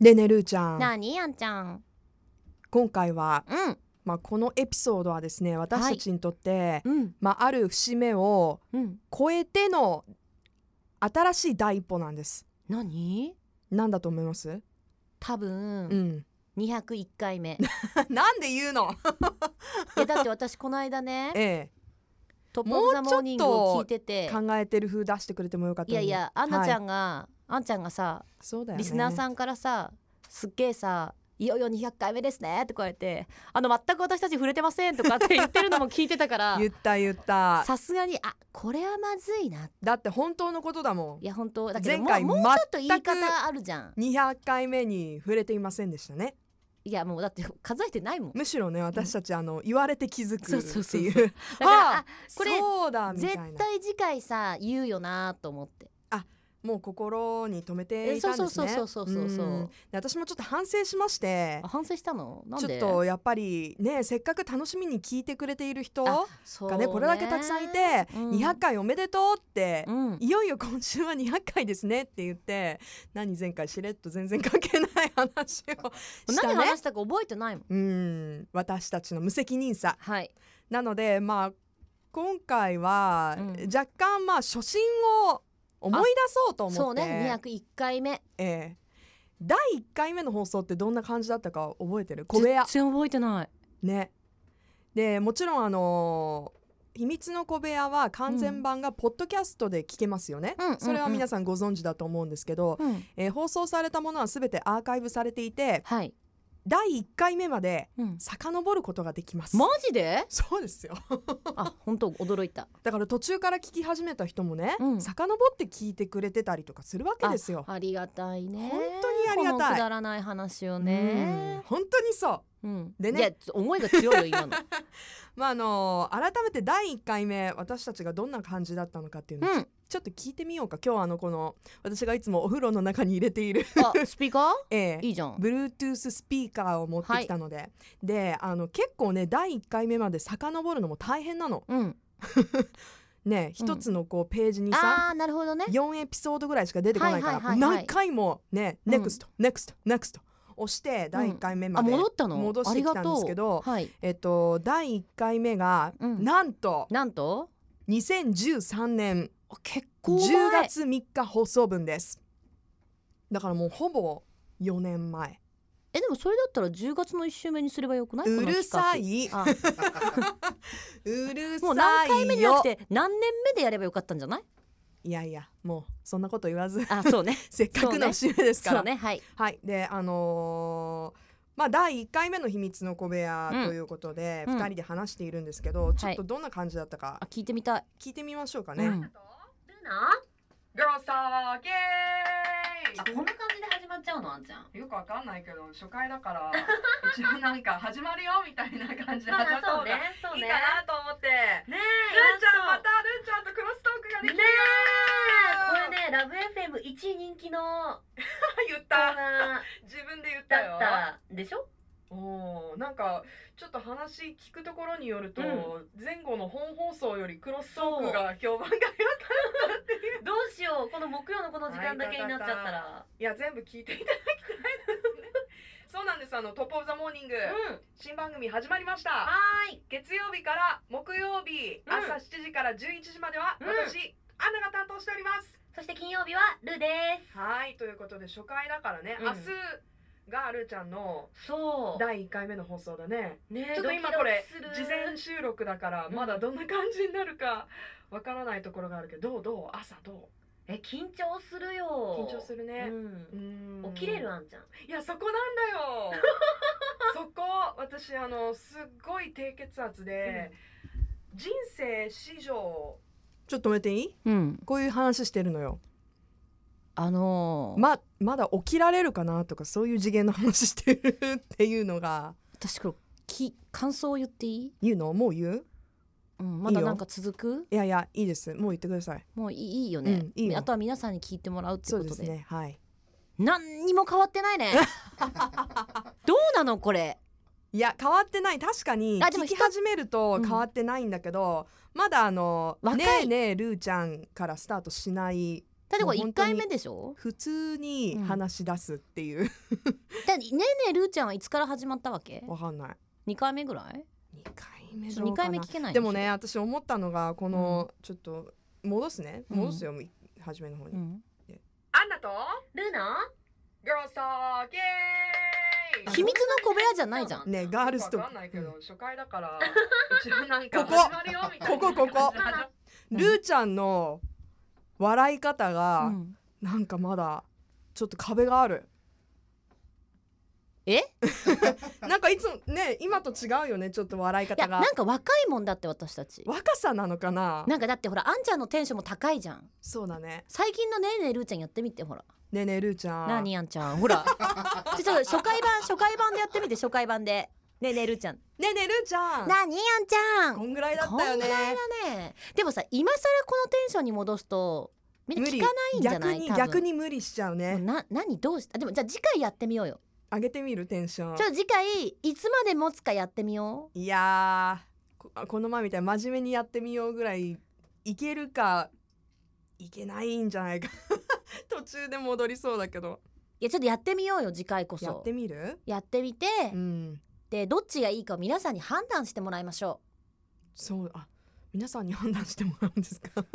でねるーちゃんなにやんちゃん今回は、うんまあ、このエピソードはですね私たちにとって、うんまあ、ある節目をうん超えての新しい第一歩なんです何なんだと思います、多う分、ん 201回 目いなんで言うのやだって私この間ねえ「トップ・オブ・ザ・モーニング」を聞いててえ考えてる風出してくれてもよかったのいやにいやアンナちゃはいんが、あんちゃんがさそうだよねリスナーんさんからさすっげえさ「いよいよ200回目ですね」って言われて「あの全く私たち触れてません」とかって言ってるのも聞いてたから 言った言ったさすがにあこれはまずいなだって本当のことだもいや本当だけど前回もうもうちょっと言い全く方あるじゃんん200回目に触れていませんでしたねいやもうだって数えてな いもんむしろね私たちあの言われて気づくっていそううそうそうそうだか らはああこれそうだみたい絶な対次回さ言うよなと思ってもう心に留めていたんですねえそうそうそうそうそうそうんで私もちょっと反省しましてあ反省したのなんちょでっとやっぱりねせっかく楽しみに聞いてくれている人あがそうねこれだけたくさんい、てうん200回おめでとうってうん、いよいよ今週は200回ですねって言って何前回しれっと全然関係ない話をした何ね話したか覚えてないもんうん私たちの無責任さはいなのでまあ今回はうん若干まあ初心を思い出そうと思ってそうね201回目ええ第1回目の放送ってどんな感じだったか覚えてる小部屋全然覚えてないねでもちろんあのー秘密の小部屋は完全版がポッドキャストで聞けますよね、うんそれは皆ささんご存知だと思うんですけど、ん、うんえー放送されたものは全てアーカイブされていてはい、第1回目までうん、遡ることができます、マジ でそうですよあ本当驚いただから途中から聞き始めた人もね、うん遡って聞いてくれてたりとかするわけですよありがたいね本当にありがこのたいくだらない話をうんね本当にそううんでねいや思いが強いよ今の まああの改めて第1回目私たちがどんな感じだったのかっていううのをんちょっと聞いてみようか今日はあのこの私がいつもお風呂の中に入れている、あスピーカ えーえいいじゃん Bluetooth スピーカーを持ってきたので、であの結構ね第1回目まで遡るのも大変なのうんねうん一つのこうページにさ、ああーなるほどね4エピソードぐらいしか出てこないから、はいはいはいはい何回もね「うん NEXT、NEXT NEXT」押して第1回目まあで、戻ったの戻してきたんですけどありがとうはいえっと第1回目が、うんなんとなんと2013年あ結構前10月3日放送分ですだからもうほぼ4年前えでもそれだったら10月の1週目にすればよくないうるさ いうこの企る画あもさう何回目いじゃなよくて何年目でやればよかったんじゃないいやいやもうそんなこと言 わずあそうねせっかくの節目ですかそら、うねはいはいであのーまあ、第1回目の「秘密の小部屋」ということで、うん2人で話しているんですけど、ちょっとどんな感じだったかあ聞いてみたい聞いてみましょうかうね。んグロサーゲあこんな感じで始まっちゃうのあんちゃん。よくわかんないけど初回だから 一応なんか始まるよみたいな感じでまあ話そうがいいね、そうね。かなと思って。ねえ、ルンちゃんまやっとたルンちゃんとクロストークができるよねこれね、ラブ FM 一人気の言っコーたナ自分で言っーたよだったでしょ？おーなんかちょっと話聞くところによると、うん前後の本放送よりクロストークが評判が良かったっていうどうしよう、この木曜のこの時間だけになっちゃったら。いや全部聞いていただきたいですねそうなんですあのトップオブザモーニング、うん。新番組始まりましたはーい。月曜日から木曜日、うん朝7時から11時まではうん私、アンナが担当しております。そして金曜日はルーです。はいということで初回だからね、うん明日がルーちゃんのそう。第1回目の放送だね。ねちょっと今これドキドキす事る前収録だからうんまだどんな感じになるかわからないところがあるけどどうどう朝どえ緊張するう緊よ。張するうね。ん。うーん起きれるあんちゃん。いやそこなんだ よそこ私あのすっごい低血圧で、人生史上ちょっと止めていいうんこういう話してるのよあのーままだ起きられるかなとかそういう次元の話してるっていうのが私これき感想を言っていい言うのもう言ううんまだなんか続くいやいやいいですもう言ってくださいもういいいいよね、うんいいよあとは皆さんに聞いてもらうってそこうとでですねはい何にも変わってな いねどうなのこれいや変わってない確かにあでも聞き始めるとうん変わってないんだけど、まだあの「若いねえねえルーちゃん」からスタートしないだってこれもう1本当に回目でしょ普通に話し出すっていう、だってねえねえるーちゃんはいつから始まったわけわかんない2回目ぐらい二回目2回目聞けないでも、ね私思ったのがこの、ちょっと戻すね戻すよ、み初めの方に、うん、アンナとルナギョーストーゲーイ秘密の小部屋じゃないじゃんねガールよスくトわかんないけど、初回 だから、一応なんこかこ始まるよみたいこなこここ始まるルーちゃんの笑い方が、うんなんかまだちょっと壁があるえいなんかいつもね今と違うよねちょっと笑いや方がなんか若いもんだって私たち若さなのかななんかだってほらあんちゃんのテンションも高いじゃんそうだね最近のねえねえるーちゃんやってみてほらねえねえルーちゃんなあにあんちゃん ほらちょちょっと初回版初回版でやってみて初回版でねえねえるーちゃんねえねえルーちゃんなあにあんちゃこんんぐらいだったよねこんぐらいだねでもさ今更このテンションに戻すとみんな聞かないんじゃ逆ないに多分逆に無理しちゃうもうねな何どうしたでもじゃあ次回やってみようよ上げてみるテンションちょっと次回いつまで持つかやってみよいやーここの前みたいに真面目にやってみようぐらいいけるかいけないんじゃないか 途中で戻りそうだけどういやちょっとやってみようよ次回こそやってみるやってみて、うんでどっちがいいかを皆さんに判断してもらいましょそうあ皆さんに判断してもらうんです かう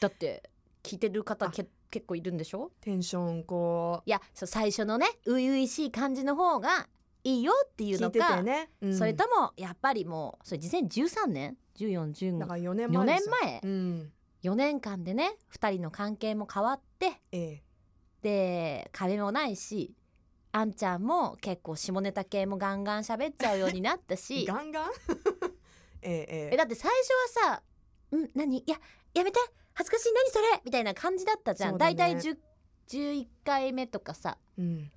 だって聞いてる方あけ結構いるんでしょテンションこいやそう最初のね初々しい感じの方がいいよってういう聞のいてかてね、うんそれともやっぱりもうそれ2013年だ1415から4年4前で年すよ前、うん4年間でね2人の関係も変わってええで壁もないしあんちゃんも結構下ネタ系もガンガン喋っちゃうようになったし ガンガンええええだって最初はさ「うん何いややめて恥ずかしい何それ!」みたいな感じだったじゃそんうだだ,、ねいたい10 11回目とかさえうん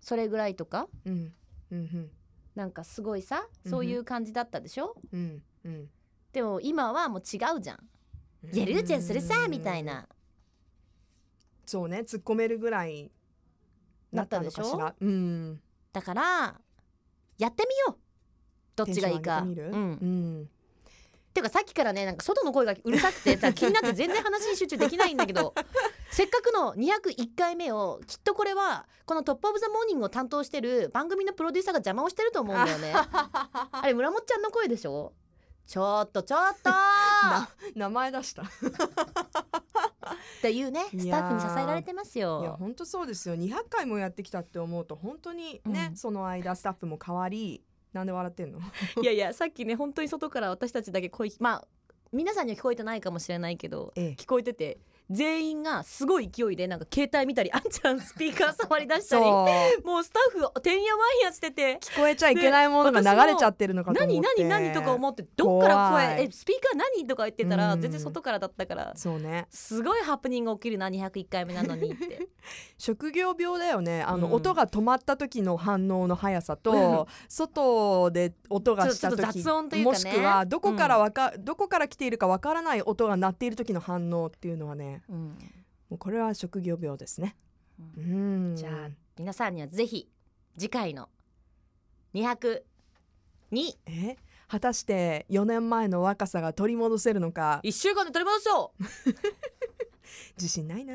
それぐらいとかうんうんなんかすごいさうんそういう感じだったでしょ、うんうんうんでも今はもう違うじゃん「いやルーちゃんそれさ」みたいなそうね突っ込めるぐらいなったのかしならうんだからやってみようどっちがいいか。テうンション上げてみるんうんてかさっきからねなんか外の声がうるさくて さ気になって全然話に集中できないんだけ どせっかくの201回目をきっとこれはこの「トップ・オブ・ザ・モーニング」を担当してる番組のプロデューサーが邪魔をしてると思うんだよ ねあれ村本ちゃんの声でしょちょっとちょっとっ な 名前出した。いていうねいスやターッフに支えられてますやよ。本当そうですよ。200回もやってきたって思うと本当にね、うんその間スタッフも変わり、なんで笑ってんの？いやいやさっきね本当に外から私たちだけ声まあ皆さんには聞こえてないかもしれないけどええ、聞こえてて全員がすごい勢いでなんか携帯見たりあんちゃんスピーカー触り出し たりうもうスタッフてんやわんやしてて聞こえちゃいけないものが流れちゃってるのかと思っ何て。何何とか思ってどっから怖い声えスピーカー何とか言ってたらうん全然外からだったからそうね。すごいハプニング起きるな201回目なのにって職業病だよね。あの、うん音が止まった時の反応の速さと、外で音がした時ちょっと雑音というかねもしくはどこからわか、どこから来ているかわからない音が鳴っている時の反応っていうのはね、 うんもうこれは職業病ですね。ううん。じゃあ皆さんにはぜひ次回の202え果たして4年前の若さが取り戻せるのか一週間で取り戻そう自信ないな